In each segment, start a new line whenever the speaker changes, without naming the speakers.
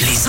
Les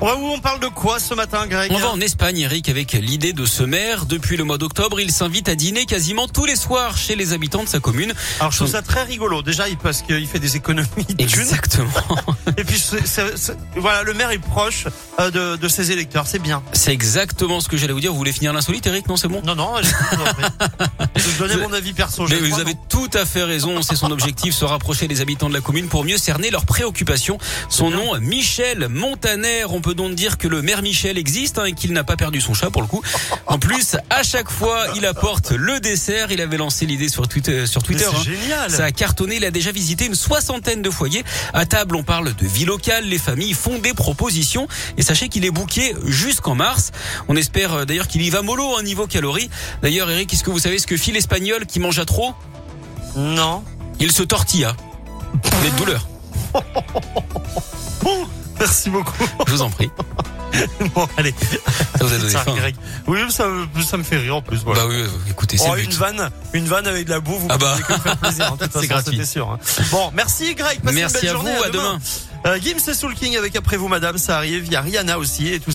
Ouais, où on parle de quoi ce matin, Greg
On va en Espagne, Eric, avec l'idée de ce maire. Depuis le mois d'octobre, il s'invite à dîner quasiment tous les soirs chez les habitants de sa commune.
Alors, je trouve ça très rigolo. Déjà, il- parce qu'il fait des économies de thunes.
Exactement.
Et puis, c'est- c'est- c'est- voilà, le maire est proche euh, de, de ses électeurs. C'est bien.
C'est exactement ce que j'allais vous dire. Vous voulez finir l'insolite, Eric Non, c'est bon
Non, non, j'ai tout compris. Je donnais mon avis perso. je
Mais vous
crois,
avez
non.
tout à fait raison. C'est son objectif, se rapprocher des habitants de la commune pour mieux cerner leurs préoccupations. Son nom, Michel Montaner. On peut donc dire que le maire Michel existe hein, et qu'il n'a pas perdu son chat pour le coup. En plus, à chaque fois, il apporte le dessert. Il avait lancé l'idée sur Twitter. Sur
Mais
Twitter
C'est
hein.
génial.
Ça a cartonné, il a déjà visité une soixantaine de foyers. À table, on parle de vie locale, les familles font des propositions et sachez qu'il est bouqué jusqu'en mars. On espère euh, d'ailleurs qu'il y va mollo un niveau calories. D'ailleurs, Eric, est-ce que vous savez ce que file l'espagnol qui mange à trop
Non.
Il se tortilla. Les douleurs,
Bon, merci beaucoup.
je vous en prie.
Bon, allez.
Ça vous a donné
Ça,
faim. hein
Greg. Oui, ça, me- ça me fait rire en plus. Voilà.
Bah oui, euh, écoutez, c'est
Oh,
le
une
but.
vanne, une vanne avec de la boue, vous
Ah bah.
pouvez que me faire plaisir. hein, de toute
C'est
façon,
gratuit.
c'était sûr. hein. Bon, merci Greg. Passez une
Merci
belle
à vous,
journée,
à demain.
Euh, Gims et Soul King avec Après vous, Madame, ça arrive. Il y a Rihanna aussi et tout